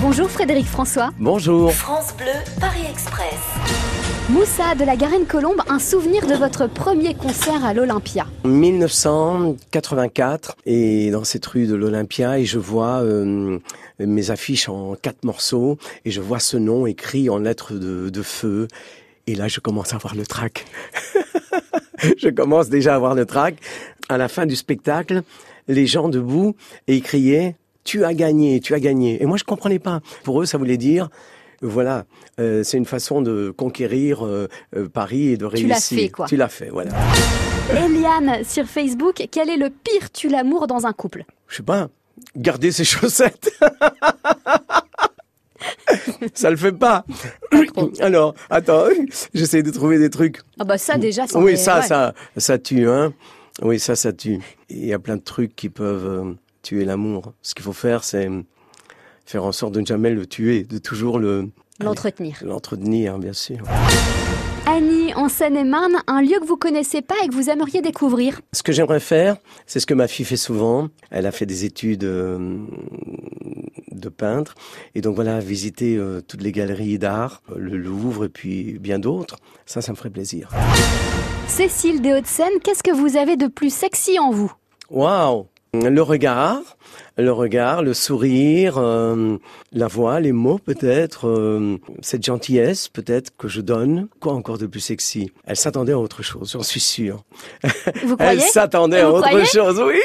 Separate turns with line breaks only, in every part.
Bonjour Frédéric François.
Bonjour.
France Bleu, Paris Express.
Moussa de la Garenne-Colombe, un souvenir de votre premier concert à l'Olympia.
1984 et dans cette rue de l'Olympia et je vois euh, mes affiches en quatre morceaux et je vois ce nom écrit en lettres de, de feu et là je commence à avoir le trac. je commence déjà à avoir le trac. À la fin du spectacle, les gens debout et ils criaient tu as gagné, tu as gagné. Et moi, je comprenais pas. Pour eux, ça voulait dire, voilà, euh, c'est une façon de conquérir euh, euh, Paris et de
Tu l'as
réussir.
fait, quoi.
Tu l'as fait, voilà.
Eliane sur Facebook, quel est le pire tue l'amour dans un couple
Je sais pas, garder ses chaussettes. ça le fait pas. Alors, attends, j'essaie de trouver des trucs.
Ah bah ça déjà, ça
oui,
fait-
ça,
ouais.
ça, ça tue, hein. Oui, ça, ça tue. Il y a plein de trucs qui peuvent euh, tuer l'amour. Ce qu'il faut faire, c'est faire en sorte de ne jamais le tuer, de toujours le
L'entretenir.
l'entretenir, bien sûr.
Annie, en Seine-et-Marne, un lieu que vous connaissez pas et que vous aimeriez découvrir.
Ce que j'aimerais faire, c'est ce que ma fille fait souvent. Elle a fait des études euh, de peintre. Et donc voilà, visiter euh, toutes les galeries d'art, euh, le Louvre et puis bien d'autres. Ça, ça me ferait plaisir.
Cécile des Hauts-de-Seine, qu'est-ce que vous avez de plus sexy en vous
Waouh Le regard, le regard, le sourire, euh, la voix, les mots peut-être, euh, cette gentillesse peut-être que je donne. Quoi encore de plus sexy Elle s'attendait à autre chose, j'en suis sûr.
Vous
Elle
croyez
s'attendait à
Vous
autre
croyez
chose, oui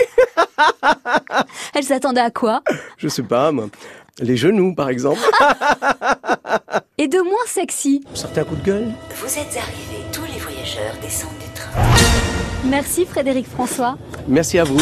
Elle s'attendait à quoi
Je sais pas, moi. Les genoux, par exemple.
Et de moins sexy
Certains coups de gueule.
Vous êtes arrivés, tous les voyageurs descendent du train.
Merci Frédéric François.
Merci à vous.